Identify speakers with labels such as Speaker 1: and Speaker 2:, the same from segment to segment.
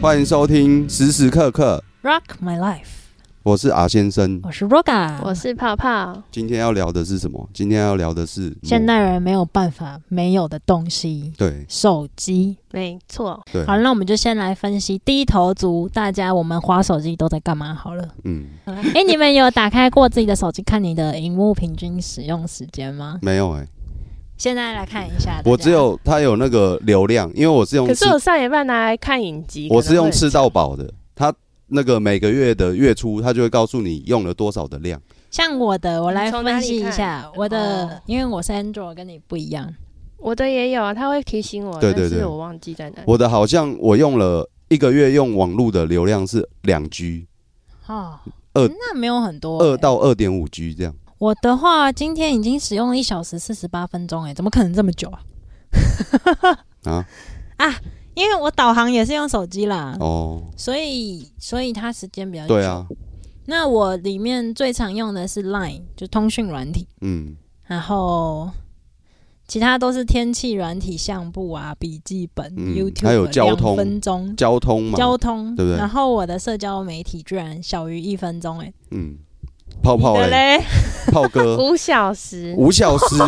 Speaker 1: 欢迎收听时时刻刻，
Speaker 2: Rock My Life，
Speaker 1: 我是阿先生。
Speaker 2: 我是 Roga。
Speaker 3: 我是泡泡，
Speaker 1: 今天要聊的是什么？今天要聊的是我
Speaker 2: 现代人没有办法没有的东西，
Speaker 1: 对
Speaker 2: 手机。
Speaker 3: 没错，
Speaker 1: 对，
Speaker 2: 好，那我们就先来分析低头族，大家我们划手机都在干嘛？好了，
Speaker 1: 嗯，
Speaker 2: 哎、你们有打开过自己的手机看你的荧幕平均使用时间吗？
Speaker 1: 没有哎、
Speaker 2: 现在来看一下，
Speaker 1: 我
Speaker 2: 大家
Speaker 1: 只有它有那个流量，因为我是用
Speaker 3: 可
Speaker 1: 吃
Speaker 3: 是，我上一半拿来看影集，
Speaker 1: 我是用
Speaker 3: 吃
Speaker 1: 吃到饱的，它那个每个月的月初，它就会告诉你用了多少的量。
Speaker 2: 像我的，我来
Speaker 3: 你从哪
Speaker 2: 分
Speaker 3: 里
Speaker 2: 析一下
Speaker 3: 看
Speaker 2: 我的，
Speaker 3: 哦
Speaker 2: 因为我是 Android 跟你不一样，
Speaker 3: 我的也有啊，他会提醒我，
Speaker 1: 对对
Speaker 3: 但
Speaker 1: 对
Speaker 3: 是我忘记在哪里。
Speaker 1: 我的好像我用了一个月用网络的流量是两 G，
Speaker 2: 哦，
Speaker 1: 二
Speaker 2: 那没有很多、
Speaker 1: 二到二点五 G 这样。
Speaker 2: 我的话，今天已经使用了一小时四十八分钟，哎，怎么可能这么久啊？
Speaker 1: 啊
Speaker 2: 啊，因为我导航也是用手机
Speaker 3: 嗯
Speaker 2: 啦，
Speaker 1: 哦，
Speaker 2: 所以所以它时间比较久。
Speaker 1: 对。啊，
Speaker 2: 那我里面最常用的是 Line，就通讯软体，
Speaker 1: 嗯，
Speaker 2: 然后其他都是天气软体、相簿啊、笔记本、
Speaker 1: 嗯
Speaker 2: YouTube，
Speaker 1: 还有交通
Speaker 2: 两分钟
Speaker 1: 交通嘛，
Speaker 2: 交通，
Speaker 1: 对不对
Speaker 2: 然后我的社交媒体居然小于一分钟，哎，
Speaker 1: 嗯，泡泡
Speaker 3: 你的
Speaker 1: 嘞，
Speaker 3: 嘞，
Speaker 1: 泡 哥，
Speaker 3: 五小时，
Speaker 1: 五小时，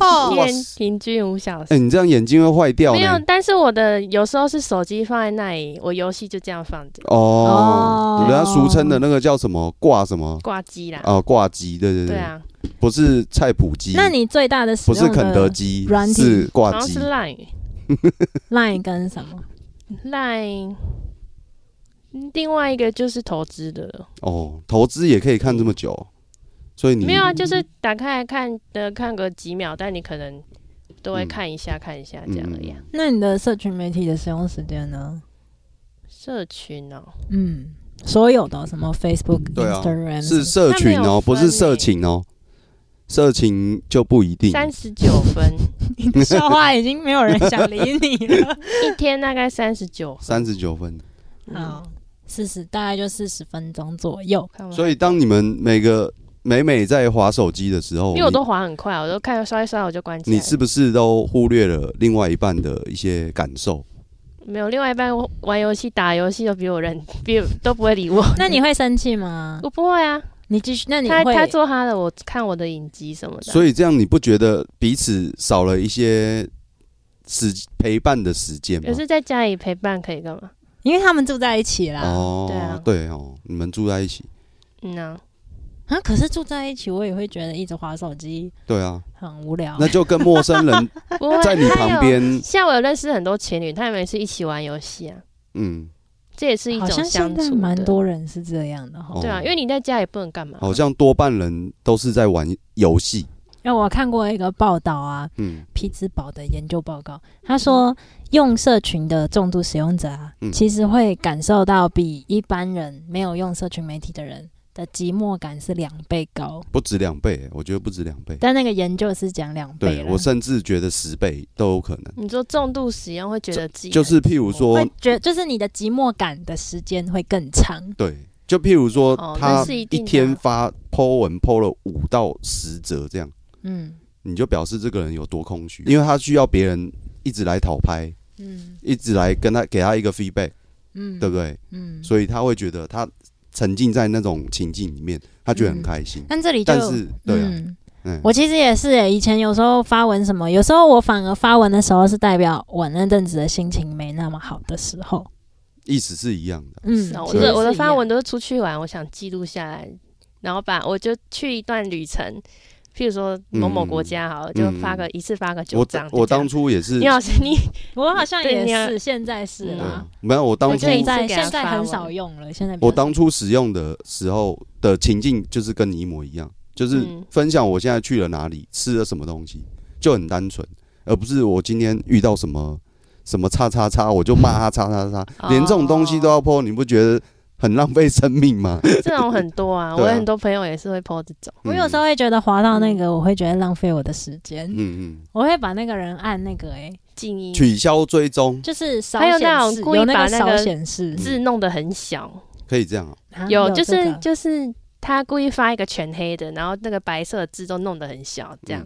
Speaker 2: 哦，
Speaker 1: 哇
Speaker 3: 一天平均五小时
Speaker 1: 哎、。你这样眼睛会坏掉
Speaker 3: 没有
Speaker 1: 呢，。
Speaker 3: 但是我的有时候是手机放在那里，我游戏就这样放着，
Speaker 1: 哦
Speaker 2: 哦，
Speaker 1: 人家俗称的那个叫什么挂什么
Speaker 3: 挂机啦。
Speaker 1: 啊？挂机，对对
Speaker 3: 对啊，
Speaker 1: 不是菜谱机，
Speaker 2: 那你最大的使
Speaker 1: 不
Speaker 2: 用
Speaker 1: 是
Speaker 2: 的
Speaker 1: 肯德基
Speaker 2: 软，体
Speaker 1: 是
Speaker 3: 好
Speaker 1: 挂
Speaker 3: 像
Speaker 1: 机
Speaker 3: 是 Line
Speaker 2: Line 跟什么？
Speaker 3: Line，嗯另外一个就是投资的了，
Speaker 1: 哦。投资也可以看这么久，所以你
Speaker 3: 没有啊，就是打开来看的，看个几秒，但你可能都会
Speaker 1: 嗯
Speaker 3: 看一下看一下这样啊的呀。
Speaker 2: 那你的社群媒体的使用时间呢？
Speaker 3: 社群哦，
Speaker 2: 嗯，所有的什么 Facebook、
Speaker 1: 对啊
Speaker 2: Instagram
Speaker 1: 是社群
Speaker 3: 它没
Speaker 1: 哦，
Speaker 3: 有
Speaker 1: 不是
Speaker 3: 分
Speaker 1: 社
Speaker 3: 欸
Speaker 1: 情哦，社情就不一定。
Speaker 3: 三十九分，
Speaker 2: 你的笑话已经没有人想理你了。
Speaker 3: 一天大概三十九，
Speaker 1: 三十九分，
Speaker 2: 好， 四十大概就四十分钟左右。
Speaker 3: 看完
Speaker 1: 所以当你们每个每每在划手机的时候，
Speaker 3: 因为我都滑很快，我都看刷一刷我就关机。
Speaker 1: 你是不是都忽略了另外一半的一些感受？
Speaker 3: 没有另外一半我玩游戏、打游戏都比我认，比我都不会理我。
Speaker 2: 那你会生气吗？
Speaker 3: 我不会啊，
Speaker 2: 你继续，那你
Speaker 3: 他
Speaker 2: 会
Speaker 3: 他做他的，我看我的影集什么的。
Speaker 1: 所以这样你不觉得彼此少了一些时陪伴的时间吗
Speaker 3: 可？是在家里陪伴可以干嘛？
Speaker 2: 因为他们住在一起啦。
Speaker 3: 对啊
Speaker 1: 哦，对哦，你们住在一起，
Speaker 3: 嗯
Speaker 2: 啊，
Speaker 3: 呐、
Speaker 2: 可是住在一起，我也会觉得一直划手机
Speaker 1: 对啊，
Speaker 2: 很无聊。
Speaker 1: 那就跟陌生人
Speaker 3: 不会。啊
Speaker 1: 在你旁
Speaker 3: 他有。
Speaker 1: 边，
Speaker 3: 像我有认识很多情侣，他们也是一起玩游戏啊，
Speaker 1: 嗯，
Speaker 3: 这也是一
Speaker 2: 好
Speaker 3: 种
Speaker 2: 像
Speaker 3: 相
Speaker 2: 现在
Speaker 3: 处。
Speaker 2: 蛮。多人是这样的哈
Speaker 1: 哦。
Speaker 3: 对啊，因为你在家也不能干嘛。
Speaker 1: 好像多半人都是在玩游戏，
Speaker 2: 因为我看过一个报道啊，
Speaker 1: 嗯，
Speaker 2: 匹兹堡的研究报告，他说用社群的重度使用者啊，
Speaker 1: 嗯
Speaker 2: 其实会感受到比一般人没有用社群媒体的人的寂寞感是两倍高。
Speaker 1: 不止两倍，我觉得不止两倍，
Speaker 2: 但那个研究是讲两倍
Speaker 1: 对
Speaker 2: 啦
Speaker 1: 我甚至觉得十倍都有可能，
Speaker 3: 你说重度使用会觉得自己
Speaker 1: 就是譬如说
Speaker 2: 会，觉就是你的寂寞感的时间会更长。
Speaker 1: 对，就譬如说
Speaker 3: 哦那
Speaker 1: 他
Speaker 3: 是一定的啊
Speaker 1: 天发 Po 文 Po 了五到十则这样。
Speaker 2: 嗯
Speaker 1: 你就表示这个人有多空虚，因为他需要别人一直来讨拍，
Speaker 2: 嗯
Speaker 1: 一直来跟他给他一个 feedback，
Speaker 2: 嗯，
Speaker 1: 对不对？
Speaker 2: 嗯。
Speaker 1: 所以他会觉得他沉浸在那种情境里面，他觉得很开心。
Speaker 2: 但这嗯里就
Speaker 1: 但是，对啊，
Speaker 2: 嗯，
Speaker 1: 嗯，
Speaker 2: 我其实也是欸耶。以前有时候发文什么，有时候我反而发文的时候是代表我那阵子的心情没那么好的时候。
Speaker 1: 意思是一样的。
Speaker 2: 嗯，
Speaker 3: 是啊，我
Speaker 2: 其实
Speaker 3: 的我的
Speaker 2: 是一样
Speaker 3: 发文都是出去玩，我想记录下来，然后把我就去一段旅程，譬如说某某国家好了，
Speaker 1: 嗯
Speaker 3: 就发个一次发个九嗯
Speaker 1: 我
Speaker 3: 张。
Speaker 1: 我当
Speaker 3: 初
Speaker 1: 初也是
Speaker 3: 你，老师 你
Speaker 2: 我好像
Speaker 3: 对
Speaker 2: 也
Speaker 3: 你要
Speaker 2: 是，现在是
Speaker 3: 嗯
Speaker 1: 对
Speaker 2: 啦
Speaker 1: 啊。没有我当
Speaker 3: 我
Speaker 1: 初
Speaker 3: 这
Speaker 2: 现
Speaker 3: 一次
Speaker 2: 在
Speaker 3: 给他
Speaker 2: 现在
Speaker 3: 发
Speaker 2: 很
Speaker 3: 文
Speaker 2: 少用了，现在比较
Speaker 1: 我当初使用的时候的情境就是跟你一模一样，就是
Speaker 3: 嗯
Speaker 1: 分享我现在去了哪里，吃了什么东西，就很单纯，而不是我今天遇到什么什么叉叉叉，我就骂他叉叉叉，
Speaker 3: 哦
Speaker 1: 连这种东西都要泼，你不觉得很浪费生命 吗？
Speaker 3: 这种很多 啊，
Speaker 1: 对啊
Speaker 3: 我有很多朋友也是会 po 这种，
Speaker 2: 我有时候会觉得滑到那个，我会觉得浪费我的时间，
Speaker 1: 嗯，嗯
Speaker 2: 我会把那个人按那个哎、欸
Speaker 3: 静音
Speaker 1: 嗯，取消追踪
Speaker 2: 就是少
Speaker 3: 还有
Speaker 2: 显
Speaker 3: 那种
Speaker 2: 示，
Speaker 3: 故意
Speaker 2: 有那
Speaker 3: 把
Speaker 2: 个
Speaker 3: 那
Speaker 2: 少
Speaker 3: 个
Speaker 2: 显示，
Speaker 3: 字弄得很小，
Speaker 1: 可以这样啊，
Speaker 2: 啊
Speaker 3: 有就
Speaker 2: 这
Speaker 3: 是
Speaker 2: 个
Speaker 3: 就是他故意发一个全黑的，然后那个白色的字都弄得很小，这样。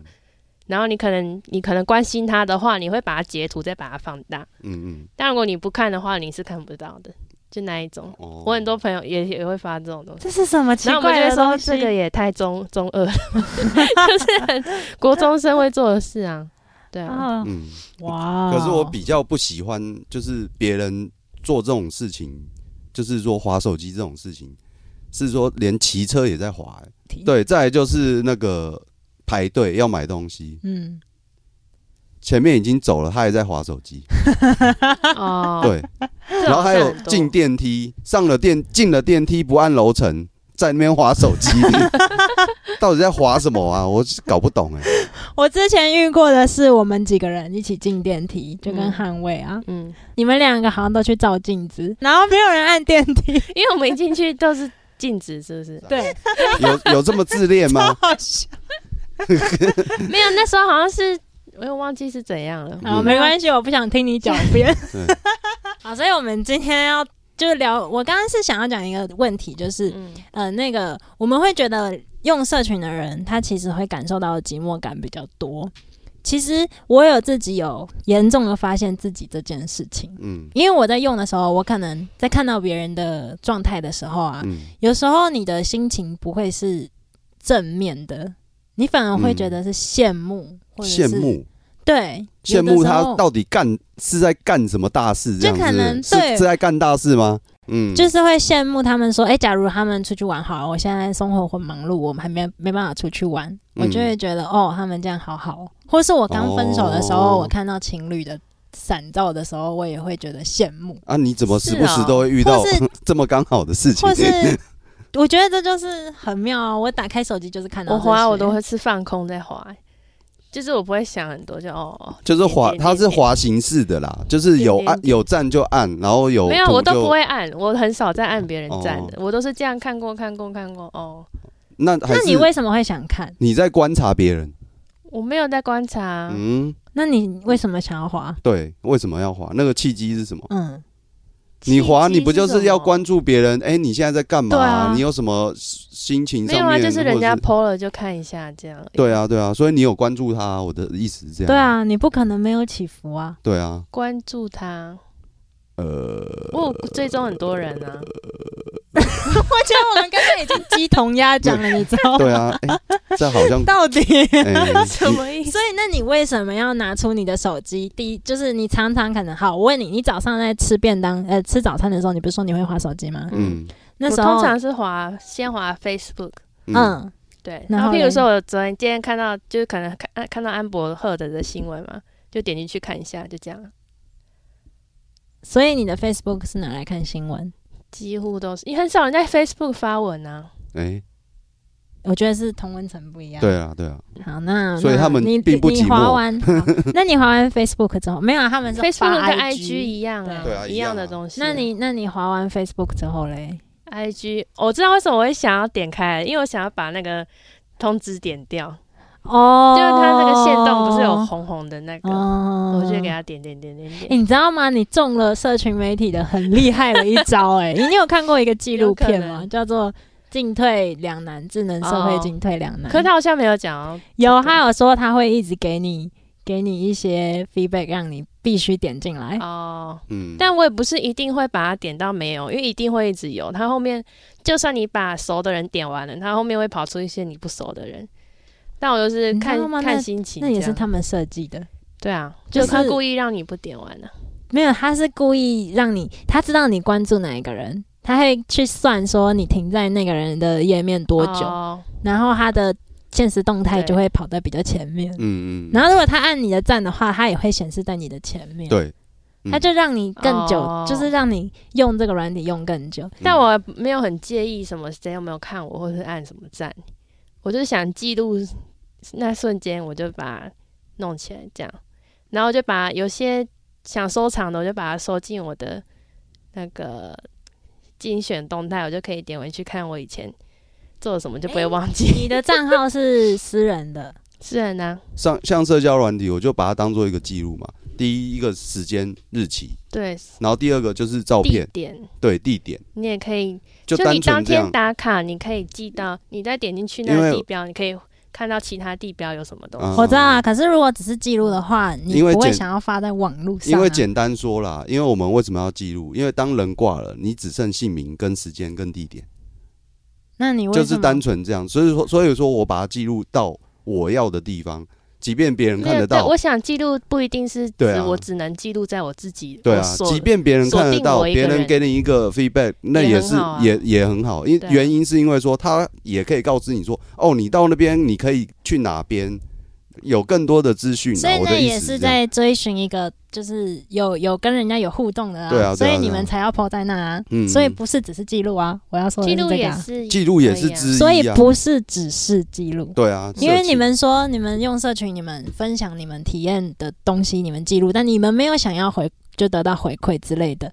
Speaker 3: 然后你可能你可能关心他的话，你会把它截图再把它放大，
Speaker 1: 嗯，嗯
Speaker 3: 但如果你不看的话，你是看不到的。
Speaker 1: 嗯
Speaker 3: 就那一种。
Speaker 1: 哦
Speaker 3: 我很多朋友也也会发这种东西，
Speaker 2: 这是什么奇
Speaker 3: 然后我们
Speaker 2: 怪的
Speaker 3: 就会
Speaker 2: 东
Speaker 3: 说
Speaker 2: 西？
Speaker 3: 这个也太中 中 二了，就是很国中生会做的事啊。对啊，
Speaker 2: 啊，
Speaker 1: 嗯，
Speaker 3: 哦
Speaker 2: 哇！
Speaker 1: 可是我比较不喜欢就是别人做这种事情，就是说划手机这种事情，是说连骑车也在划、
Speaker 3: 嗯
Speaker 1: 欸
Speaker 2: 提
Speaker 1: 对，再来就是那个排队要买东西，
Speaker 2: 嗯，
Speaker 1: 前面已经走了，他还在划手机。
Speaker 3: 哦，
Speaker 1: 对，
Speaker 3: 这
Speaker 1: 然后
Speaker 3: 好
Speaker 1: 还
Speaker 3: 像
Speaker 1: 有
Speaker 3: 很多
Speaker 1: 进电梯，上了电进了电梯不按楼层，在那边划手 机，到底在划什么啊？我是搞不懂哎、
Speaker 2: 我之前遇过的是我们几个人一起进电梯，就跟
Speaker 3: 嗯
Speaker 2: 捍卫啊，
Speaker 3: 嗯，
Speaker 2: 你们两个好像都去照镜子，然后没有人按电梯，
Speaker 3: 因为我们一进去都是禁止，是不是？
Speaker 1: 啊
Speaker 2: 对，
Speaker 1: 有有这么自恋吗？
Speaker 2: 好笑。
Speaker 3: 没有，那时候好像是我又忘记是怎样了。
Speaker 2: 好，
Speaker 1: 嗯
Speaker 2: 没关系，我不想听你狡辩
Speaker 1: 对。
Speaker 2: 好，所以我们今天要就聊，我刚刚是想要讲一个问题，就是
Speaker 3: 嗯
Speaker 2: 呃，那个我们会觉得用社群的人，他其实会感受到寂寞感比较多。其实我有自己有严重的发现自己这件事情，
Speaker 1: 嗯
Speaker 2: 因为我在用的时候，我可能在看到别人的状态的时候啊，
Speaker 1: 嗯，
Speaker 2: 有时候你的心情不会是正面的，你反而会
Speaker 1: 嗯
Speaker 2: 觉得是羡慕，或者是
Speaker 1: 羡慕
Speaker 2: 对
Speaker 1: 羡慕他。
Speaker 2: 有的时候
Speaker 1: 到底干是在干什么大事？这样
Speaker 2: 就可
Speaker 1: 是不是
Speaker 2: 能
Speaker 1: 是
Speaker 2: 对
Speaker 1: 是在干大事吗？嗯，
Speaker 2: 就是会羡慕他们说，哎、假如他们出去玩好了，我现在生活很忙碌，我们还没没办法出去玩，
Speaker 1: 嗯
Speaker 2: 我就会觉得哦，他们这样好好。或是我刚分手的时候，
Speaker 1: 哦
Speaker 2: 我看到情侣的闪照的时候，我也会觉得羡慕，
Speaker 1: 啊，你怎么时不
Speaker 3: 是
Speaker 1: 时
Speaker 3: 哦
Speaker 1: 都会遇到
Speaker 2: 或是
Speaker 1: 这么刚好的事情
Speaker 2: 或？是 我觉得这就是很妙啊！我打开手机就是看到
Speaker 3: 我
Speaker 2: 这些，
Speaker 3: 滑我都会是放空在滑、欸就是我不会想很多，就哦，哦
Speaker 1: 就是滑，
Speaker 3: 点点
Speaker 1: 它是滑形式的啦，就是有
Speaker 3: 点点
Speaker 1: 按有站就按，然后有
Speaker 3: 没有，
Speaker 1: 图
Speaker 3: 我都
Speaker 1: 就哦
Speaker 3: 不会按，我很少在按别人站的，我都是这样看过看过看过哦，
Speaker 1: 那还
Speaker 2: 那
Speaker 1: 是
Speaker 2: 你为什么会想看？
Speaker 1: 你在观察别人？
Speaker 3: 我没有在观察，
Speaker 1: 嗯，
Speaker 2: 那你为什么想要滑？
Speaker 1: 对，为什么要滑？那个契机是什么？
Speaker 2: 嗯，
Speaker 1: 你滑，
Speaker 3: 契机
Speaker 1: 你不就是要关注别人？哎、你现在在干嘛、
Speaker 3: 对啊
Speaker 1: 你有什么心情
Speaker 3: 什么？
Speaker 1: 上
Speaker 3: 没
Speaker 1: 面？
Speaker 3: 有啊，就是人家
Speaker 1: 或者
Speaker 3: PO 了就看一下这样，
Speaker 1: 对，啊，对啊，所以你有关注他。我的意思是这样。
Speaker 2: 对，啊，你不可能没有起伏啊。
Speaker 1: 对啊，
Speaker 3: 关注他，呃，我有追踪很多人啊，
Speaker 2: 我觉得我们刚刚已经鸡同鸭讲了，你知道 吗？
Speaker 1: 对啊，哎、这好 像
Speaker 2: 到底
Speaker 1: 哎、
Speaker 3: 什 么意思？
Speaker 2: 所以，那你为什么要拿出你的手机？第一，就是你常常可能好，我问你，你早上在吃便当，呃，吃早餐的时候，你不是说你会划手机吗？
Speaker 1: 嗯
Speaker 2: 那
Speaker 3: 我
Speaker 2: 时候，
Speaker 3: 通常是滑先滑 Facebook，
Speaker 1: 嗯
Speaker 2: 嗯，
Speaker 3: 对，
Speaker 2: 然
Speaker 3: 然
Speaker 2: 后
Speaker 3: 后
Speaker 2: 嘞
Speaker 3: 譬如说我昨天今天看到就是可能看看到安博赫德的新闻嘛，就点进去看一下，就这样，
Speaker 2: 所以你的 Facebook 是拿来看新闻，
Speaker 3: 几乎都是，因为很少人在 Facebook 发文啊，
Speaker 1: 哎、
Speaker 2: 我觉得是同温层不一样。，
Speaker 1: 对啊，对啊，
Speaker 2: 好，那
Speaker 1: 所以
Speaker 2: 那
Speaker 1: 他们
Speaker 2: 你
Speaker 1: 并不寂
Speaker 2: 你
Speaker 1: 寞
Speaker 2: 划 完，好那你划完 Facebook 之后，没有啊，他们是
Speaker 3: Facebook
Speaker 2: 发
Speaker 3: 跟 IG 一样啊，
Speaker 1: 对啊
Speaker 3: 一
Speaker 1: 一样啊
Speaker 3: 的东西啊。
Speaker 2: 那你那你划完 Facebook 之后嘞，
Speaker 3: IG，我知道为什么我会想要点开，因为我想要把那个通知点掉，
Speaker 2: 哦，
Speaker 3: 就是它那个线动不是有红红的那个，
Speaker 2: 哦
Speaker 3: 我就给它点点点点
Speaker 2: 欸
Speaker 3: 点。
Speaker 2: 你知道吗？你中了社群媒体的很厉害的一招、 欸，哎，你有看过一个纪录片
Speaker 3: 有可
Speaker 2: 吗？
Speaker 3: 能哦
Speaker 2: 叫做《进退两难：智能社会进退两难》
Speaker 3: 可他好像没有讲哦，
Speaker 2: 有，他有说他会一直给你给你一些 feedback，让你必须点进来。
Speaker 3: 哦，
Speaker 1: 嗯，
Speaker 3: 但我也不是一定会把它点到没有，因为一定会一直有。它后面就算你把熟的人点完了，它后面会跑出一些你不熟的人。但我就是
Speaker 2: 你知
Speaker 3: 看
Speaker 2: 道吗
Speaker 3: 看心情这
Speaker 2: 那
Speaker 3: 样，
Speaker 2: 也是他们设计的，
Speaker 3: 对啊，
Speaker 2: 就
Speaker 3: 就是他故意让你不点完啊的、
Speaker 2: 没有，他是故意让你，他知道你关注哪一个人，他会去算说你停在那个人的页面多久，
Speaker 3: 哦
Speaker 2: 然后他的现实动态
Speaker 3: 对
Speaker 2: 就会跑在比较前面。
Speaker 1: 嗯嗯，
Speaker 2: 然后如果他按你的赞的话，它也会显示在你的前面。，
Speaker 1: 对，嗯
Speaker 2: 它就让你更久，
Speaker 3: 哦
Speaker 2: 就是让你用这个软体用更 久。
Speaker 1: 嗯
Speaker 3: 但我没有很介意什么谁有没有看我，或是按什么赞，我就是想记录那瞬间，我就把它弄起来这样，然后就把有些想收藏的，我就把它收进我的那个精选动态，我就可以点回去看我以前做了什么，就不
Speaker 1: 哎
Speaker 3: 会忘记。
Speaker 2: 你的账号是私人的，
Speaker 3: 是人啊，
Speaker 1: 像像社交软体，我就把它当做一个记录嘛。第一一个时间日期，
Speaker 3: 对，
Speaker 1: 然后第二个就是照
Speaker 3: 地
Speaker 1: 片，
Speaker 3: 点
Speaker 1: 对地点，
Speaker 3: 你也可以，
Speaker 1: 就
Speaker 3: 就
Speaker 1: 单
Speaker 3: 你当
Speaker 1: 纯这
Speaker 3: 天
Speaker 1: 样。
Speaker 3: 打卡，你可以记到，你再点进去那
Speaker 1: 因
Speaker 3: 个
Speaker 1: 为
Speaker 3: 地标，你可以看到其他地标有什么东西。
Speaker 1: 嗯
Speaker 2: 我知道啊，可是如果只是记录的话，你
Speaker 1: 因为
Speaker 2: 不会
Speaker 1: 简
Speaker 2: 想要发在网络上、啊，
Speaker 1: 因为简单说啦，因为我们为什么要记录？因为当人挂了，你只剩姓名、跟时间、跟地点，
Speaker 2: 那你为什
Speaker 1: 就
Speaker 2: 么
Speaker 1: 是单纯这样。所以说，所以说我把它记录到我要的地方，即便别人
Speaker 3: 没有
Speaker 1: 看得
Speaker 3: 对
Speaker 1: 到
Speaker 3: 我，想记录不一定是指
Speaker 1: 对啊
Speaker 3: 我只能记录在我自己
Speaker 1: 对
Speaker 3: 我
Speaker 1: 啊，
Speaker 3: 所
Speaker 1: 即便别人看得到，
Speaker 3: 锁定我一个
Speaker 1: 别
Speaker 3: 人
Speaker 1: 人给你一个 feedback，那
Speaker 3: 也
Speaker 1: 也
Speaker 3: 很
Speaker 1: 是
Speaker 3: 好啊
Speaker 1: 也也很好，因
Speaker 3: 对啊
Speaker 1: 原因是因为说他也可以告知你说，哦，你到那边你可以去哪边，有更多的资讯啊。
Speaker 2: 所以
Speaker 1: 我
Speaker 2: 那
Speaker 1: 的意
Speaker 2: 也
Speaker 1: 思
Speaker 2: 是
Speaker 1: 这样
Speaker 2: 在追寻一个，就是有有跟人家有互动的啊，
Speaker 1: 对啊对啊
Speaker 2: 所以你
Speaker 1: 对啊
Speaker 2: 们才要 PO 在那啊，
Speaker 1: 嗯
Speaker 2: 所以不是只是记录啊，我要说的
Speaker 3: 记
Speaker 2: 是
Speaker 3: 录
Speaker 2: 这个
Speaker 3: 也
Speaker 2: 啊，
Speaker 3: 是
Speaker 1: 记录也是
Speaker 3: 可以啊
Speaker 1: 之
Speaker 2: 所以
Speaker 1: 一啊，
Speaker 2: 不是只是记录。
Speaker 1: 对啊，
Speaker 2: 因为
Speaker 1: 社群
Speaker 2: 你们说你们用社群，你们分享你们体验的东西，你们记录，但你们没有想要回就得到回馈之类的，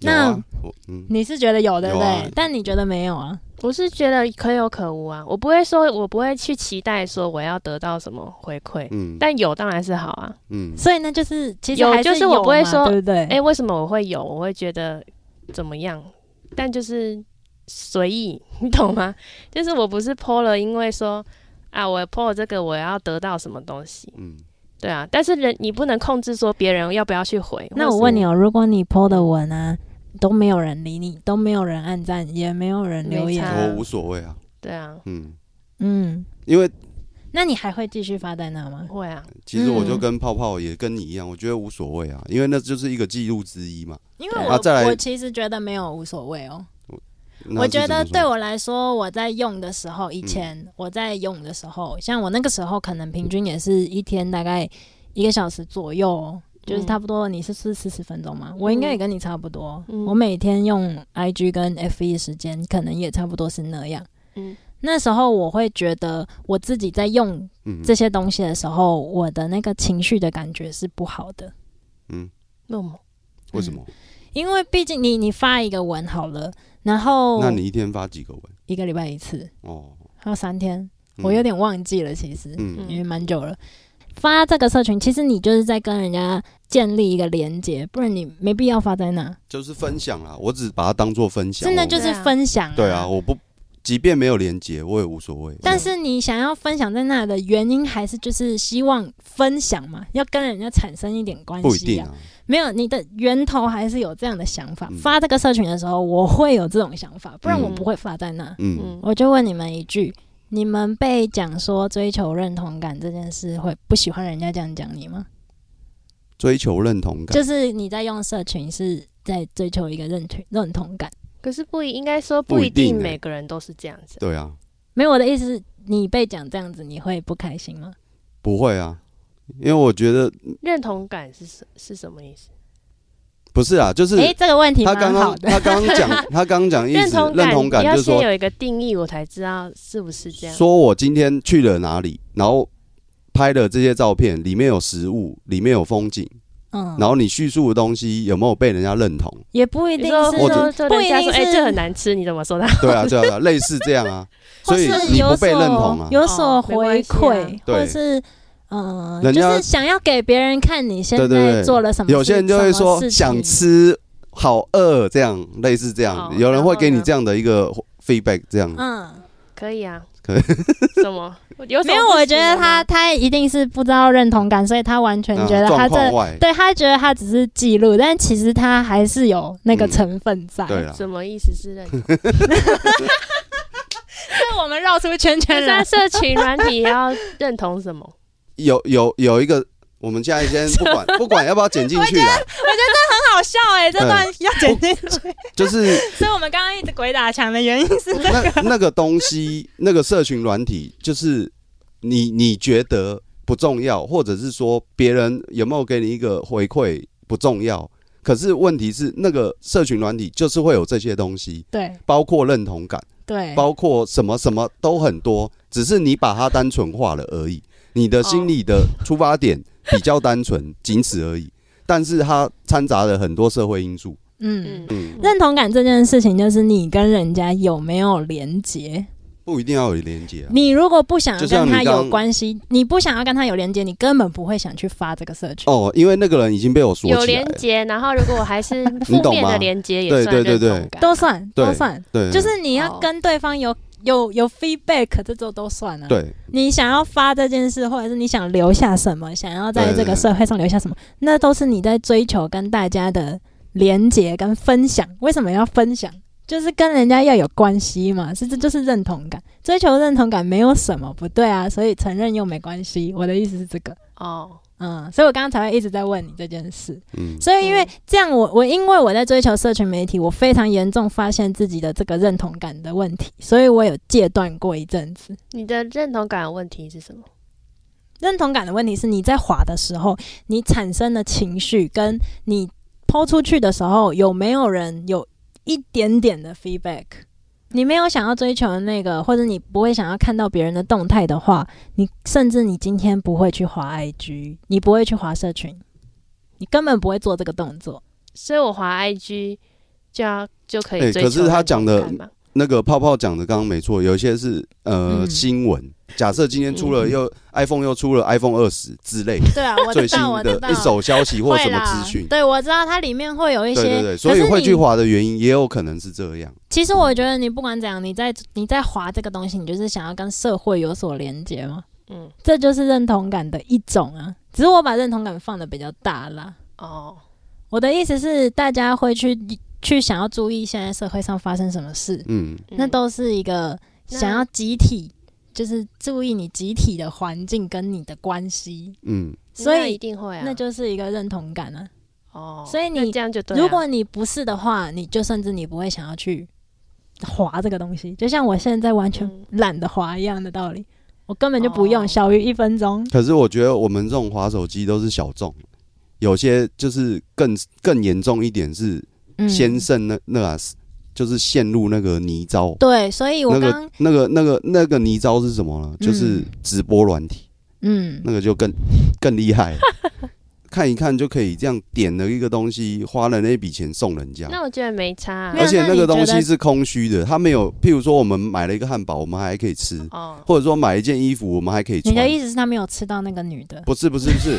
Speaker 1: 有啊
Speaker 2: 那
Speaker 1: 我嗯
Speaker 2: 你是觉得有对不对？
Speaker 1: 有啊
Speaker 2: 但你觉得没有啊？
Speaker 3: 我是觉得可有可无啊，我不会说，我不会去期待说我要得到什么回馈，
Speaker 1: 嗯
Speaker 3: 但有当然是好啊。
Speaker 1: 嗯，
Speaker 2: 所以那就是其实
Speaker 3: 有
Speaker 2: 还是
Speaker 3: 就是我
Speaker 2: 有
Speaker 3: 不会
Speaker 2: 嘛
Speaker 3: 说
Speaker 2: 对不对？
Speaker 3: 哎、为什么我会有？我会觉得怎么样？但就是随意， 你懂吗？就是我不是 PO 了，因为说啊，我 PO 了这个我要得到什么东西，
Speaker 1: 嗯，
Speaker 3: 对啊。但是人你不能控制说别人要不要去回。
Speaker 2: 那我问你哦，如果你 PO 的文啊都没有人理你，都没有人按赞，也没有人留
Speaker 3: 没
Speaker 2: 言，
Speaker 3: 差
Speaker 1: 我无所谓啊，
Speaker 3: 对啊，
Speaker 1: 嗯，
Speaker 2: 嗯，
Speaker 1: 因为
Speaker 2: 那你还会继续发在那吗？
Speaker 3: 会啊，
Speaker 1: 其实我就
Speaker 2: 嗯
Speaker 1: 跟泡泡也跟你一样，我觉得无所谓啊，因为那就是一个记录之一嘛。
Speaker 2: 因为
Speaker 3: 对
Speaker 2: 我、
Speaker 1: 啊再来
Speaker 2: 我其实觉得没有无所谓哦，
Speaker 1: 那
Speaker 2: 我
Speaker 1: 是
Speaker 2: 觉
Speaker 1: 怎
Speaker 2: 得
Speaker 1: 么说嗯
Speaker 2: 对我来说，我在用的时候，以前我在用的时候，像我那个时候可能平均也是一天大概一个小时左右哦，就是
Speaker 3: 嗯
Speaker 2: 差不多你是四四十分钟嘛，我应该也跟你差不多，
Speaker 3: 嗯
Speaker 2: 我每天用 IG 跟 FE 时间可能也差不多是那样。
Speaker 3: 嗯
Speaker 2: 那时候我会觉得我自己在用
Speaker 1: 嗯
Speaker 2: 这些东西的时候，我的那个情绪的感觉是不好的，
Speaker 1: 嗯，
Speaker 3: 那么
Speaker 1: 为什么？
Speaker 2: 因为毕竟你你发一个文好了，然后
Speaker 1: 那你一天发几个文？
Speaker 2: 一个礼拜一次，
Speaker 1: 哦，
Speaker 2: 还有三天，
Speaker 1: 嗯
Speaker 2: 我有点忘记了，其实、
Speaker 1: 嗯
Speaker 2: 因为蛮久了。发这个社群，其实你就是在跟人家建立一个连接，不然你没必要发在那。
Speaker 1: 就是分享啦，我只把它当做分享。
Speaker 2: 真的
Speaker 1: 我
Speaker 2: 就是
Speaker 3: 对啊
Speaker 2: 分享、
Speaker 1: 哦对啊，。我不，即便没有连接，我也无所谓。
Speaker 2: 但是你想要分享在那的原因，还是就是希望分享嘛，要跟人家产生一点关系、啊。
Speaker 1: 不一定啊，
Speaker 2: 没有，你的源头还是有这样的想法。
Speaker 1: 嗯
Speaker 2: 发这个社群的时候，我会有这种想法，不然
Speaker 1: 嗯
Speaker 2: 我不会发在那。
Speaker 1: 嗯，
Speaker 3: 嗯，
Speaker 2: 我就问你们一句：你们被讲说追求认同感这件事，会不喜欢人家这样讲你吗？
Speaker 1: 追求认同感，
Speaker 2: 就是你在用社群是在追求一个认同认同感。
Speaker 3: 可是不一应该说不
Speaker 1: 不
Speaker 3: 一
Speaker 1: 一定
Speaker 3: 定
Speaker 1: 欸
Speaker 3: 每个人都是这样子啊、
Speaker 1: 对啊，
Speaker 2: 没有，我的意思是，你被讲这样子，你会不开心吗？
Speaker 1: 不会啊，因为我觉得
Speaker 3: 认同感是什是什么意思？
Speaker 1: 不是啊，就是
Speaker 2: 诶，这个问题
Speaker 1: 他
Speaker 2: 蛮
Speaker 1: 刚
Speaker 2: 好
Speaker 1: 刚
Speaker 2: 的。
Speaker 1: 他刚 刚讲他刚刚讲意思，认同感
Speaker 3: 要
Speaker 1: 就是
Speaker 3: 先
Speaker 1: 说，
Speaker 3: 有一个定义，我才知道是不是这样。
Speaker 1: 说我今天去了哪里，然后拍了这些照片，里面有食物，里面有风景，
Speaker 2: 嗯，
Speaker 1: 然后你叙述的东西有没有被人家认同？
Speaker 2: 也不一
Speaker 3: 你
Speaker 2: 定
Speaker 3: 说
Speaker 2: 是
Speaker 1: 我
Speaker 2: 说
Speaker 3: 说，说人家
Speaker 2: 不一
Speaker 3: 说，
Speaker 2: 定
Speaker 3: 哎、
Speaker 2: 是
Speaker 3: 这很难吃，你怎么说它？
Speaker 1: 对啊，对啊，对啊类似这样啊，
Speaker 2: 或
Speaker 1: 所以
Speaker 2: 是
Speaker 1: 你
Speaker 2: 有
Speaker 1: 不
Speaker 2: 所
Speaker 1: 被认同啊。
Speaker 2: 有所
Speaker 3: 哦没
Speaker 2: 回
Speaker 3: 关系啊
Speaker 2: 馈，或者
Speaker 1: 对
Speaker 2: 是嗯、呃，
Speaker 1: 人
Speaker 2: 就
Speaker 1: 家
Speaker 2: 是想要给别人看你现
Speaker 1: 对对
Speaker 2: 在
Speaker 1: 对
Speaker 2: 做了什么事，
Speaker 1: 有些人就会
Speaker 2: 什么
Speaker 1: 说
Speaker 2: 事情
Speaker 1: 想，吃，好饿，这样类似这样
Speaker 3: 哦，
Speaker 1: 有人会给
Speaker 3: 然后
Speaker 1: 你
Speaker 3: 呢
Speaker 1: 这样的一个 feedback，这样
Speaker 2: 嗯，
Speaker 3: 可以啊，
Speaker 1: 可以
Speaker 3: 什么？ 有什
Speaker 2: 没
Speaker 3: 么
Speaker 2: 有，
Speaker 3: 不
Speaker 2: 我
Speaker 3: 行
Speaker 2: 觉
Speaker 3: 的
Speaker 2: 得他
Speaker 3: 吗
Speaker 2: 他一定是不知道认同感，所以他完全
Speaker 1: 嗯
Speaker 2: 觉得他
Speaker 1: 状
Speaker 2: 这、
Speaker 1: 况外，
Speaker 2: 对他觉得他只是记录，但其实他还是有那个
Speaker 1: 嗯
Speaker 2: 成分在。
Speaker 1: 对了，
Speaker 3: 什么意思是认 同？
Speaker 2: 所以我们绕出圈
Speaker 3: 但
Speaker 2: 圈
Speaker 3: 是
Speaker 2: 了
Speaker 3: 他。社群软体要认同什么？
Speaker 1: 有有有一个，我们现在 先不管不管要不要剪进去啦，
Speaker 2: 很好笑哎、这
Speaker 1: 对
Speaker 2: 段要剪进去。
Speaker 1: 就是
Speaker 2: 所以我们刚刚一直鬼打墙的原因是，
Speaker 1: 那那个东西，那个社群软体，就是你你觉得不重要，或者是说别人有没有给你一个回馈不重要，可是问题是那个社群软体就是会有这些东西，
Speaker 2: 对
Speaker 1: 包括认同感。
Speaker 2: 对，
Speaker 1: 包括什么什么都很多，只是你把它单纯化了而已。你的心里的出发点比较单纯，仅此而已。但是它掺杂了很多社会因素。
Speaker 2: 嗯。
Speaker 3: 嗯，
Speaker 1: 嗯，
Speaker 2: 认同感这件事情，就是你跟人家有没有连结。
Speaker 1: 不一定要有连接、啊。
Speaker 2: 你如果不想要
Speaker 1: 就像
Speaker 2: 跟他
Speaker 1: 你刚
Speaker 2: 有关系，你不想要跟他有连接，你根本不会想去发这个社群。
Speaker 1: 哦，因为那个人已经被我锁
Speaker 3: 有
Speaker 1: 起来
Speaker 3: 连
Speaker 1: 了。
Speaker 3: 接，然后如果我 还是负
Speaker 1: 懂
Speaker 3: 面的
Speaker 1: 吗
Speaker 3: 连接也
Speaker 1: 对
Speaker 3: 算
Speaker 1: 对
Speaker 3: 认
Speaker 1: 对
Speaker 3: 同感。
Speaker 2: 都算
Speaker 1: 对
Speaker 2: 都算，
Speaker 1: 对，
Speaker 2: 哦就是你要跟对方有有有 feedback 这种都算了。，
Speaker 1: 对，
Speaker 2: 你想要发这件事，或者是你想留下什么，想要在这个社会上留下什么，那都是你在追求跟大家的连结跟分享。为什么要分享？就是跟人家要有关系嘛，是这就是认同感，追求认同感没有什么不对啊，所以承认又没关系。我的意思是这个，
Speaker 3: 哦，
Speaker 2: 嗯，所以我刚刚才会一直在问你这件事。
Speaker 1: 嗯，
Speaker 2: 所以因为
Speaker 3: 嗯
Speaker 2: 这样我，我因为我在追求社群媒体，我非常严重发现自己的这个认同感的问题，所以我有戒断过一阵子。
Speaker 3: 你的认同感的问题是什么？
Speaker 2: 认同感的问题是你在滑的时候，你产生的情绪跟你抛出去的时候，有没有人有一点点的 feedback？你没有想要追求的那个，或者你不会想要看到别人的动态的话，你甚至你今天不会去滑 IG，你不会去滑社群，你根本不会做这个动作。
Speaker 3: 所以我滑 IG 就要就可以
Speaker 1: 哎
Speaker 3: 追求
Speaker 1: 可是
Speaker 3: 认同感嘛、
Speaker 1: 他讲的那个泡泡讲的刚刚没错，有一些是呃、
Speaker 2: 嗯
Speaker 1: 新闻，假设今天出了又、iPhone 又出了 iPhone 二十之类
Speaker 2: 对啊，我
Speaker 1: 最
Speaker 2: 知
Speaker 1: 新
Speaker 2: 道，我知
Speaker 1: 的
Speaker 2: 道，
Speaker 1: 一手消息或
Speaker 2: 会
Speaker 1: 什么
Speaker 2: 啦
Speaker 1: 资讯，
Speaker 2: 对，我知道它里面会有一些，
Speaker 1: 对对对，所
Speaker 2: 可
Speaker 1: 以
Speaker 2: 是
Speaker 1: 会
Speaker 2: 你
Speaker 1: 去滑的原因也有可能是这样。
Speaker 2: 其实我觉得你不管怎样，你在你在划这个东西，你就是想要跟社会有所连接嘛，
Speaker 3: 嗯
Speaker 2: 这就是认同感的一种啊。只是我把认同感放的比较大啦。
Speaker 3: 哦，
Speaker 2: 我的意思是，大家会去去想要注意现在社会上发生什么事，
Speaker 1: 嗯，
Speaker 3: 嗯
Speaker 2: 那都是一个想要集体，就是注意你集体的环境跟你的关系，
Speaker 1: 嗯，
Speaker 2: 所
Speaker 3: 那一
Speaker 2: 以
Speaker 3: 定会啊，
Speaker 2: 那就是一个认同感啊。
Speaker 3: 哦，
Speaker 2: 所以你
Speaker 3: 那这样就对啊、
Speaker 2: 如果你不是的话，你就甚至你不会想要去划这个东西，就像我现在完全
Speaker 3: 嗯
Speaker 2: 懒得划一样的道理。我根本就不用，
Speaker 3: 哦
Speaker 2: 小于一分钟。
Speaker 1: 可是我觉得我们这种滑手机都是小众，有些就是更更严重一点是
Speaker 2: 嗯，
Speaker 1: 先胜那那啊，就是陷入那个泥沼。
Speaker 2: 对，所以我
Speaker 1: 那
Speaker 2: 刚、
Speaker 1: 个、那个、那个、那个泥沼是什么呢？就是
Speaker 2: 嗯
Speaker 1: 直播软体，
Speaker 2: 嗯，
Speaker 1: 那个就更更厉 害了看一看就可以这样点了一个东西，花了那笔钱送人家，
Speaker 3: 那我觉得没差啊、
Speaker 2: 没有
Speaker 1: 而且
Speaker 2: 那
Speaker 1: 那
Speaker 2: 你
Speaker 1: 个东
Speaker 2: 觉
Speaker 1: 西
Speaker 2: 得
Speaker 1: 是空虚的，它没有。譬如说，我们买了一个汉堡，我们还可以吃，
Speaker 3: 哦，
Speaker 1: 或者说买一件衣服，我们还可以
Speaker 2: 你
Speaker 1: 穿。
Speaker 2: 的意思是他没有吃到那个女 的？
Speaker 1: 不是不是不是，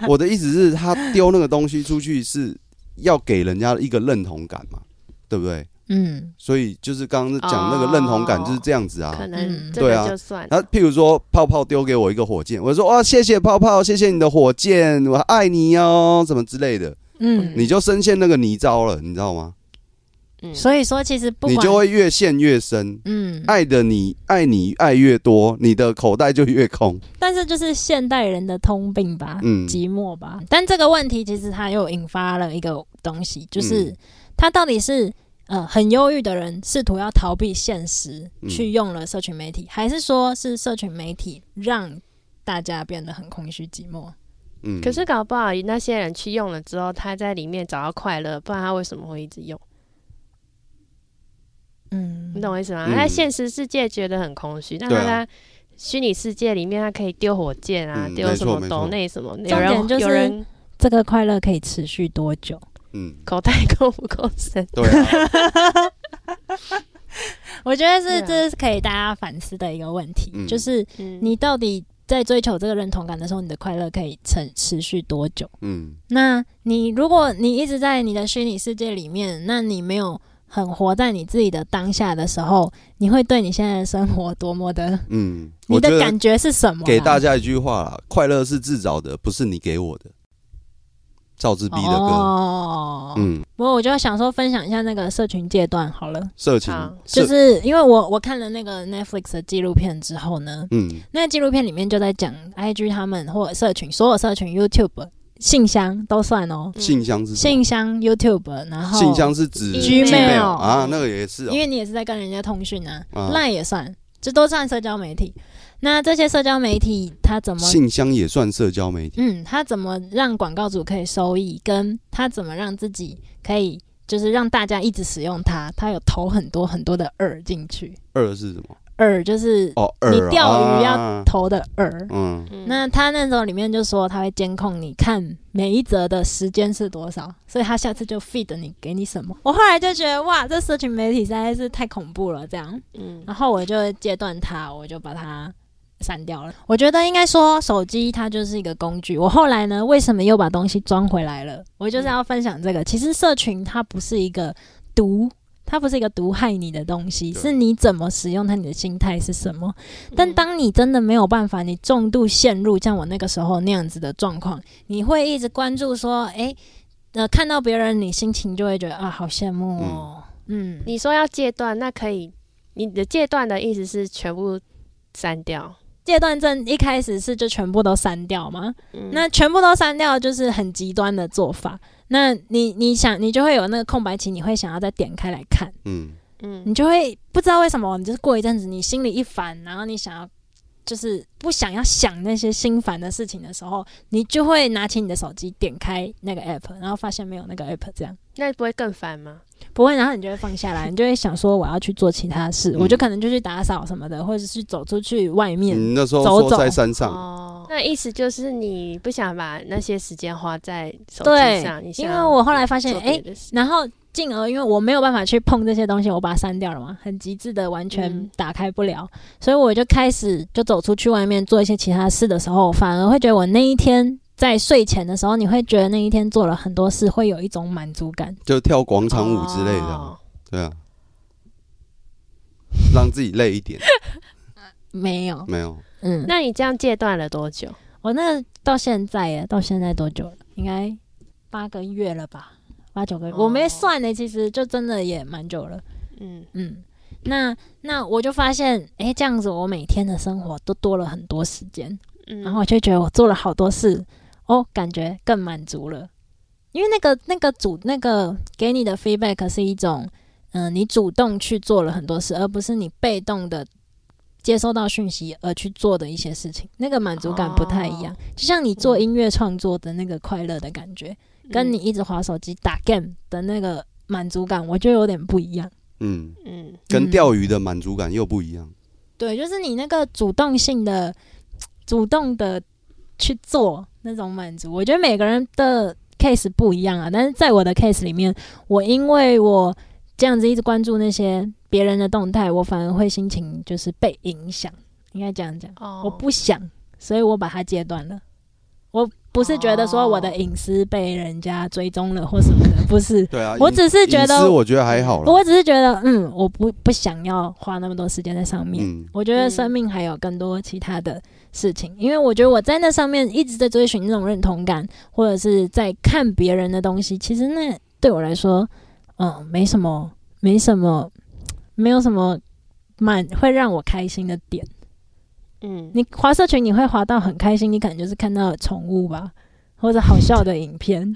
Speaker 1: 我我的意思是，他丢那个东西出去是要给人家一个认同感嘛，对不对？
Speaker 2: 嗯
Speaker 1: 所以就是刚刚讲那个认同感就是这样子啊。
Speaker 3: 可能
Speaker 2: 嗯
Speaker 3: 这
Speaker 1: 对啊
Speaker 3: 个就算
Speaker 1: 然
Speaker 3: 了
Speaker 1: 后，譬如说，泡泡丢给我一个火箭，我就说哇，谢谢泡泡，谢谢你的火箭，我爱你哦，什么之类的，
Speaker 2: 嗯，
Speaker 1: 你就深陷那个泥沼了，你知道吗？
Speaker 3: 嗯，
Speaker 2: 所以说其实不
Speaker 1: 你
Speaker 2: 管
Speaker 1: 就会越陷越深，
Speaker 2: 嗯，
Speaker 1: 爱的你爱你爱越多，你的口袋就越空。
Speaker 2: 但是就是现代人的通病吧，
Speaker 1: 嗯
Speaker 2: 寂寞吧。但这个问题其实它又引发了一个东西，就是
Speaker 1: 嗯
Speaker 2: 他到底是呃很忧郁的人试图要逃避现实，
Speaker 1: 嗯
Speaker 2: 去用了社群媒体，还是说是社群媒体让大家变得很空虚寂寞？
Speaker 1: 嗯，
Speaker 3: 可是搞不好那些人去用了之后，他在里面找到快乐，不然他为什么会一直用？
Speaker 2: 嗯，
Speaker 3: 你懂我意思吗？
Speaker 1: 嗯
Speaker 3: 他在现实世界觉得很空虚，但
Speaker 1: 对
Speaker 3: 他
Speaker 1: 啊
Speaker 3: 在虚拟世界里面，他可以丢火箭啊
Speaker 1: 嗯，
Speaker 3: 丢、什
Speaker 1: 没
Speaker 3: 么
Speaker 1: 错没错
Speaker 3: 抖内什么，有
Speaker 2: 重点
Speaker 3: 人
Speaker 2: 就是
Speaker 3: 有人
Speaker 2: 这个快乐可以持续多久？
Speaker 1: 嗯，
Speaker 3: 口袋够不够深？
Speaker 1: 对啊，
Speaker 2: 我觉得是
Speaker 3: 对啊
Speaker 2: 这是可以大家反思的一个问题，
Speaker 1: 嗯
Speaker 2: 就是
Speaker 3: 嗯，
Speaker 2: 你到底在追求这个认同感的时候，你的快乐可以持持续多久？
Speaker 1: 嗯
Speaker 2: 那你如果你一直在你的虚拟世界里面，那你没有很活在你自己的当下的时候，你会对你现在的生活多么 的？
Speaker 1: 嗯，
Speaker 2: 你
Speaker 1: 我觉
Speaker 2: 的
Speaker 1: 得
Speaker 2: 感觉是什么啊？
Speaker 1: 给大家一句话啦：快乐是自找的，不是你给我的。赵志斌的歌，
Speaker 2: 哦，
Speaker 1: 嗯，
Speaker 2: 不过我就想说分享一下那个社群戒断好了，
Speaker 1: 色情
Speaker 3: 好
Speaker 1: 色，
Speaker 2: 就是因为我我看了那个 Netflix 的纪录片之后呢，
Speaker 1: 嗯
Speaker 2: 那纪录片里面就在讲 IG 他们或者社群所有社群 YouTube 信箱都算哦，
Speaker 3: 嗯
Speaker 1: 信箱是什么
Speaker 2: 信箱 YouTube，然后
Speaker 1: 信箱是指
Speaker 2: Gmail
Speaker 1: Gmail 啊，那个也是哦
Speaker 2: 因，为你也是在跟人家通讯啊，
Speaker 1: 啊
Speaker 2: 那、也算，这都算社交媒体。那这些社交媒体它怎么，
Speaker 1: 信箱也算社交媒体。
Speaker 2: 嗯，它怎么让广告主可以收益，跟它怎么让自己可以，就是让大家一直使用它，它有投很多很多的饵进去，
Speaker 1: 二是什么？
Speaker 2: 饵就是
Speaker 1: 哦，二
Speaker 2: 你钓鱼要
Speaker 1: 啊
Speaker 2: 投的饵。
Speaker 1: 嗯
Speaker 3: 嗯
Speaker 2: 那他那时候里面就说他会监控你看每一则的时间是多少，所以他下次就 feed 你给你什么。我后来就觉得哇，这社群媒体实在是太恐怖了，这样。
Speaker 3: 嗯
Speaker 2: 然后我就戒断它，我就把它删掉了。我觉得应该说手机它就是一个工具。我后来呢，为什么又把东西装回来了？我就是要分享这个。其实社群它不是一个毒它不是一个毒害你的东西，
Speaker 1: 对
Speaker 2: 是你怎么使用它，你的心态是什么。
Speaker 3: 嗯
Speaker 2: 但当你真的没有办法，你重度陷入像我那个时候那样子的状况，你会一直关注说，诶，呃，看到别人，你心情就会觉得啊，好羡慕哦，嗯，
Speaker 3: 你说要戒断，那可以，你的戒断的意思是全部删掉。
Speaker 2: 戒断症一开始是就全部都删掉吗？
Speaker 3: 嗯
Speaker 2: 那全部都删掉就是很极端的做法。那你你想，你就会有那个空白期，你会想要再点开来看，
Speaker 1: 嗯，
Speaker 3: 嗯
Speaker 2: 你就会不知道为什么，你就是过一阵子，你心里一烦，然后你想要就是不想要想那些心烦的事情的时候，你就会拿起你的手机点开那个 app，然后发现没有那个 app，这样
Speaker 3: 那不会更烦吗？
Speaker 2: 不会，然后你就会放下 来，你就会想说我要去做其他事，
Speaker 1: 嗯
Speaker 2: 我就可能就去打扫什么的，或者是走出去外面。
Speaker 3: 嗯
Speaker 1: 你那时候
Speaker 2: 走
Speaker 1: 说
Speaker 2: 走
Speaker 1: 在山上，
Speaker 3: 哦，那意思就是你不想把那些时间花在手
Speaker 2: 对
Speaker 3: 机上，你想
Speaker 2: 因为我后来发现
Speaker 3: 做，
Speaker 2: 哎、
Speaker 3: 别的事
Speaker 2: 然后进而因为我没有办法去碰这些东西，我把它删掉了嘛，很极致的完全
Speaker 3: 嗯
Speaker 2: 打开不了，所以我就开始就走出去外面做一些其他事的时候，反而会觉得我那一天在睡前的时候，你会觉得那一天做了很多事，会有一种满足感。
Speaker 1: 就跳广场舞之类的啊，
Speaker 3: 哦
Speaker 1: 对啊，让自己累一 点。
Speaker 2: 没有，
Speaker 1: 没有，
Speaker 2: 嗯，那
Speaker 3: 那你这样戒断了多久？
Speaker 2: 我那个到现在耶，到现在多久了？应该八个月了吧，八九个月，
Speaker 3: 哦
Speaker 2: 我没算呢，其实就真的也蛮久了。
Speaker 3: 嗯，
Speaker 2: 嗯，那那我就发现，诶，这样子我每天的生活都多了很多时间，
Speaker 3: 嗯
Speaker 2: 然后我就觉得我做了好多事，哦，感觉更满足了。因为那个那个主那个给你的 feedback 是一种，嗯、你主动去做了很多事，而不是你被动的接收到讯息而去做的一些事情，那个满足感不太一样。
Speaker 3: 哦
Speaker 2: 就像你做音乐创作的那个快乐的感觉，
Speaker 3: 嗯
Speaker 2: 跟你一直划手机打 game 的那个满足感，我觉得有点不一样。
Speaker 1: 嗯，
Speaker 3: 嗯
Speaker 1: 跟
Speaker 2: 嗯
Speaker 1: 钓鱼的满足感又不一样。
Speaker 2: 对，就是你那个主动性的、主动的去做那种满足，我觉得每个人的 case 不一样啊。但是在我的 case 里面，我因为我这样子一直关注那些别人的动态，我反而会心情就是被影响，应该这样讲。
Speaker 3: 哦
Speaker 2: 我不想，所以我把它戒断了。我不是觉得说我
Speaker 1: 哦
Speaker 2: 的隐私被人家追踪了或什么的，不是。
Speaker 1: 对啊，
Speaker 2: 我
Speaker 1: 隐
Speaker 2: 只是觉
Speaker 1: 隐私
Speaker 2: 得，
Speaker 1: 我觉得还好了。
Speaker 2: 我只是觉得，嗯，我不不想要花那么多时间在上面。
Speaker 1: 嗯，
Speaker 2: 我觉得
Speaker 3: 嗯
Speaker 2: 生命还有更多其他的事情，因为我觉得我在那上面一直在追寻那种认同感，或者是在看别人的东西。其实那对我来说，嗯，没什么，没什么，没有什么满会让我开心的点。
Speaker 3: 嗯，
Speaker 2: 你滑社群，你会滑到很开心，你可能就是看到宠物吧，或者好笑的影片。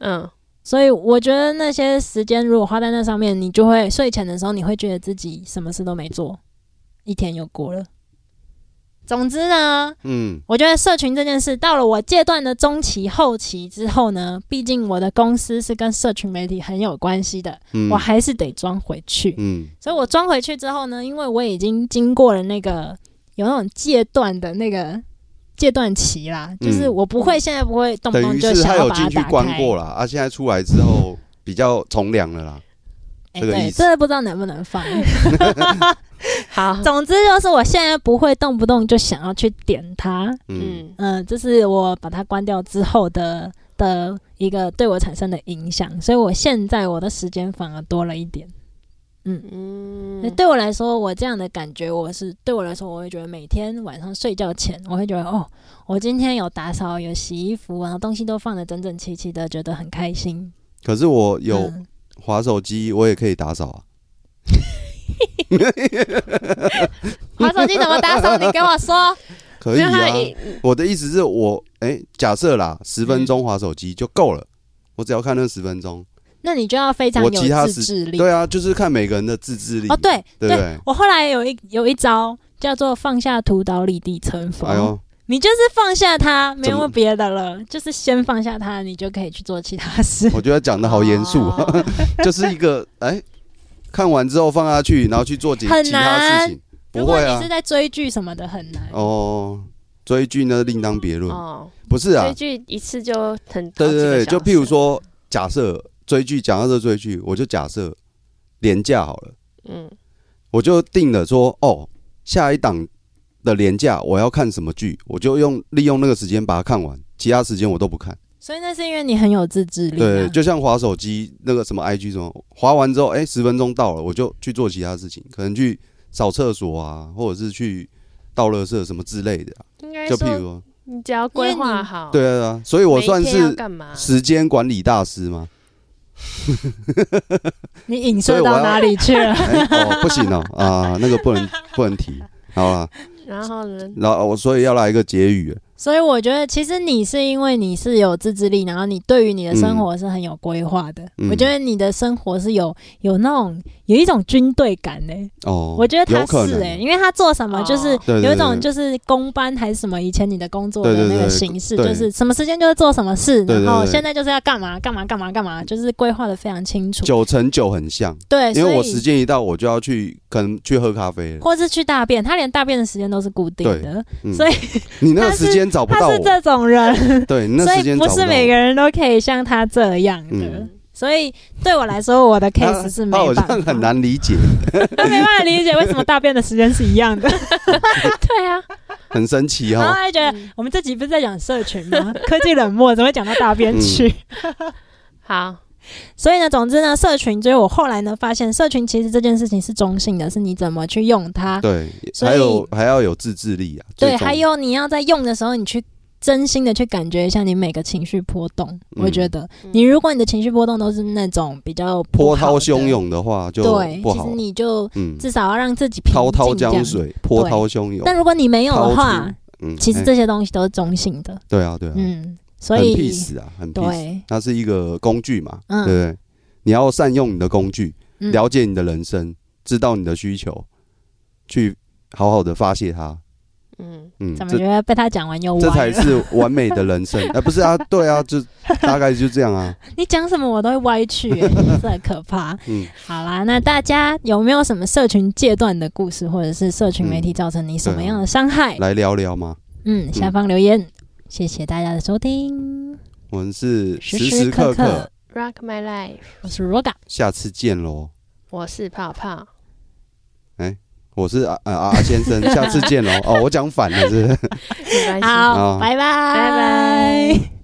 Speaker 3: 嗯
Speaker 2: 所以我觉得那些时间如果花在那上面，你就会睡前的时候，你会觉得自己什么事都没做，一天又过了。总之呢，
Speaker 1: 嗯，
Speaker 2: 我觉得社群这件事到了我戒断的中期、后期之后呢，毕竟我的公司是跟社群媒体很有关系的，
Speaker 1: 嗯
Speaker 2: 我还是得装回去。
Speaker 1: 嗯
Speaker 2: 所以我装回去之后呢，因为我已经经过了那个有那种戒断的那个戒断期啦，就是我不会现在不会动不
Speaker 1: 嗯等
Speaker 2: 动
Speaker 1: 于
Speaker 2: 就是想
Speaker 1: 他
Speaker 2: 要
Speaker 1: 有
Speaker 2: 把它
Speaker 1: 进去
Speaker 2: 打
Speaker 1: 关
Speaker 2: 开。
Speaker 1: 过了啊，现在出来之 后比较从良了啦。
Speaker 2: 哎
Speaker 1: 这个
Speaker 2: 对，
Speaker 1: 意思
Speaker 2: 真的不知道能不能 放。
Speaker 3: 好，
Speaker 2: 总之就是我现在不会动不动就想要去点它，
Speaker 1: 嗯，
Speaker 2: 嗯、这是我把它关掉之后的的一个对我产生的影响，所以我现在我的时间反而多了一点。
Speaker 3: 嗯
Speaker 2: 那对我来说，我这样的感觉，我是对我来说，我会觉得每天晚上睡觉前，我会觉得哦，我今天有打扫，有洗衣服，然后东西都放得整整齐齐的，觉得很开心。
Speaker 1: 可是我有
Speaker 2: 嗯
Speaker 1: 滑手机，我也可以打扫啊。
Speaker 2: 滑手机怎么打扫？你给我说。
Speaker 1: 可以
Speaker 3: 那
Speaker 1: 啊
Speaker 3: 他，也
Speaker 1: 我的意思是我，哎，假设啦，十分
Speaker 2: 嗯
Speaker 1: 钟滑手机就够了，我只要看那十分钟。
Speaker 2: 那你就要非常
Speaker 1: 我其他
Speaker 2: 有
Speaker 1: 时
Speaker 2: 自制力。
Speaker 1: 对啊，就是看每个人的自制力
Speaker 2: 哦，，对
Speaker 1: 对不对？
Speaker 2: 我后来有一有一招叫做放下屠刀立地成佛。
Speaker 1: 哎呦，
Speaker 2: 你就是放下它，没
Speaker 1: 怎
Speaker 2: 有
Speaker 1: 么
Speaker 2: 别的了，就是先放下它，你就可以去做其他事。
Speaker 1: 我觉得讲的好严肃，啊
Speaker 3: 哦
Speaker 1: 就是一个哎，看完之后放下去，然后去做其
Speaker 2: 很
Speaker 1: 其他
Speaker 2: 难
Speaker 1: 事情，
Speaker 2: 如
Speaker 1: 不
Speaker 2: 果
Speaker 1: 会
Speaker 2: 你
Speaker 1: 啊
Speaker 2: 是。在追剧什么的，很难。
Speaker 1: 哦，追剧呢另当别论，
Speaker 3: 哎哦，
Speaker 1: 不是啊
Speaker 3: 追，剧一次就很
Speaker 1: 对对对，
Speaker 3: 好几个小时
Speaker 1: 就譬如，说，假设追剧，讲到这追剧，我就假设廉价好了，
Speaker 3: 嗯
Speaker 1: 我就定了说，哦，下一档的廉价我要看什么剧，我就用利用那个时间把它看完，其他时间我都不看。
Speaker 2: 所以那是因为你很有自制力、啊
Speaker 1: 对，。就像划手机那个什么 IG 什么，划完之后，哎、十分钟到了，我就去做其他事情，可能去扫厕所啊，或者是去倒垃圾什么之类的啊、
Speaker 3: 应该
Speaker 1: 就譬如
Speaker 3: 说
Speaker 1: 说，
Speaker 3: 你只要规划好，
Speaker 1: 对啊对啊，所以我
Speaker 3: 每一
Speaker 1: 算
Speaker 3: 天要
Speaker 1: 是
Speaker 3: 干嘛？
Speaker 1: 时间管理大师吗？
Speaker 2: 你影射到哪里去了？
Speaker 1: 哎、哦，不行哦，啊，那个不 能不能提，好啦，
Speaker 3: 然后呢？
Speaker 1: 然后我所以要来一个结语了，
Speaker 2: 所以我觉得，其实你是因为你是有自制力，然后你对于你的生活是很有规划的。
Speaker 1: 嗯
Speaker 2: 我觉得你的生活是有有那种有一种军队感呢、
Speaker 1: 哦，
Speaker 2: 我觉得
Speaker 1: 有
Speaker 2: 他
Speaker 1: 可
Speaker 2: 是
Speaker 1: 能
Speaker 2: 哎、因为他做什么就是
Speaker 3: 哦
Speaker 1: 对对对
Speaker 2: 有一种就是公班还是什么，以前你的工作的
Speaker 1: 对对
Speaker 2: 那
Speaker 1: 对
Speaker 2: 个形式，
Speaker 1: 对
Speaker 2: 就是什么时间就是做什么事，
Speaker 1: 对对
Speaker 2: 然后
Speaker 1: 对
Speaker 2: 现在就是要干嘛干嘛干嘛干嘛，就是规划的非常清楚。
Speaker 1: 九成九很像，
Speaker 2: 对，
Speaker 1: 因
Speaker 2: 哎所
Speaker 1: 为
Speaker 2: 以
Speaker 1: 我时间一到，我就要去，可能去喝咖啡了。
Speaker 2: 或是去大便，他连大便的时间都是固定的，
Speaker 1: 嗯、
Speaker 2: 所以
Speaker 1: 你那
Speaker 2: 他
Speaker 1: 个
Speaker 2: 是
Speaker 1: 时间找不到
Speaker 2: 他是
Speaker 1: 我，
Speaker 2: 这种人，
Speaker 1: 对，你那
Speaker 2: 所
Speaker 1: 时间
Speaker 2: 以
Speaker 1: 找
Speaker 2: 不
Speaker 1: 到
Speaker 2: 是每个人都可以像他这样的。
Speaker 1: 嗯
Speaker 2: 所以对我来说，我的 case 是 没
Speaker 1: 他好
Speaker 2: 办
Speaker 1: 像
Speaker 2: 法，
Speaker 1: 很难理解，
Speaker 2: 他没办法理解为什么大便的时间是一样 的，
Speaker 3: 对啊，
Speaker 1: 很神奇哦
Speaker 2: 然后
Speaker 1: 哈、
Speaker 2: 他就觉得
Speaker 3: 嗯
Speaker 2: 我们这集不是在讲社群吗？ 科技冷漠怎么会讲到大便
Speaker 1: 嗯
Speaker 2: 去？
Speaker 3: 好，
Speaker 2: 所以呢，总之呢，社群就是我后来呢发现，社群其实这件事情是中性的，是你怎么去用它，
Speaker 1: 对，
Speaker 2: 所以
Speaker 1: 还有还要有自制力啊。
Speaker 2: 对，
Speaker 1: 最终
Speaker 2: 还有你要在用的时候，你去真心的去感觉一下你每个情绪波动。
Speaker 1: 嗯
Speaker 2: 我觉得，
Speaker 3: 嗯
Speaker 2: 你如果你的情绪波动都是那种比较不
Speaker 1: 波
Speaker 2: 好
Speaker 1: 涛
Speaker 2: 的
Speaker 1: 汹，涌的话就
Speaker 2: 对，
Speaker 1: 不
Speaker 2: 其
Speaker 1: 好
Speaker 2: 实，你就
Speaker 1: 嗯，
Speaker 2: 至少要让自己平静
Speaker 1: 滔滔
Speaker 2: 这样
Speaker 1: 江。水，波涛汹涌。
Speaker 2: 但如果你没有的
Speaker 1: 掏
Speaker 2: 话
Speaker 1: 出，嗯，
Speaker 2: 其实
Speaker 1: 哎
Speaker 2: 这些东西都是中性的，
Speaker 1: 对啊，对啊，
Speaker 2: 嗯，所
Speaker 1: 很
Speaker 2: 以
Speaker 1: peace 啊，很 peace，
Speaker 2: 对，
Speaker 1: 它是一个工具嘛，对
Speaker 2: 嗯
Speaker 1: 不对？你要善用你的工具，
Speaker 2: 嗯
Speaker 1: 了解你的人生，知道你的需求，去好好的发泄它。
Speaker 3: 嗯，
Speaker 1: 嗯，
Speaker 2: 怎么
Speaker 1: 这
Speaker 2: 觉得被他讲完又
Speaker 1: 这
Speaker 2: 歪
Speaker 1: 才
Speaker 2: 了？
Speaker 1: 是完美的人生。 哎，不是啊，对啊， 就大概就这样啊。
Speaker 2: 你讲什么我都会歪去、欸，真的很可怕。
Speaker 1: 嗯，
Speaker 2: 好啦，那大家有没有什么社群戒断的故事，或者是社群媒体造成你什么样的伤害？
Speaker 1: 来聊聊嘛。
Speaker 2: 嗯，下方留言。谢谢大家的收听，
Speaker 1: 我们是
Speaker 2: 时
Speaker 1: 时
Speaker 2: 时
Speaker 1: 时
Speaker 2: 刻
Speaker 1: 刻
Speaker 2: 刻
Speaker 1: 刻，
Speaker 3: Rock My Life，
Speaker 2: 我是 Roga，
Speaker 1: 下次见喽。
Speaker 3: 我是泡泡，
Speaker 1: 我是啊啊啊先生，下次见喽。哦，我讲反了是不是。
Speaker 3: 没关系。
Speaker 2: 好，
Speaker 1: 好
Speaker 2: 拜拜，
Speaker 3: 拜拜。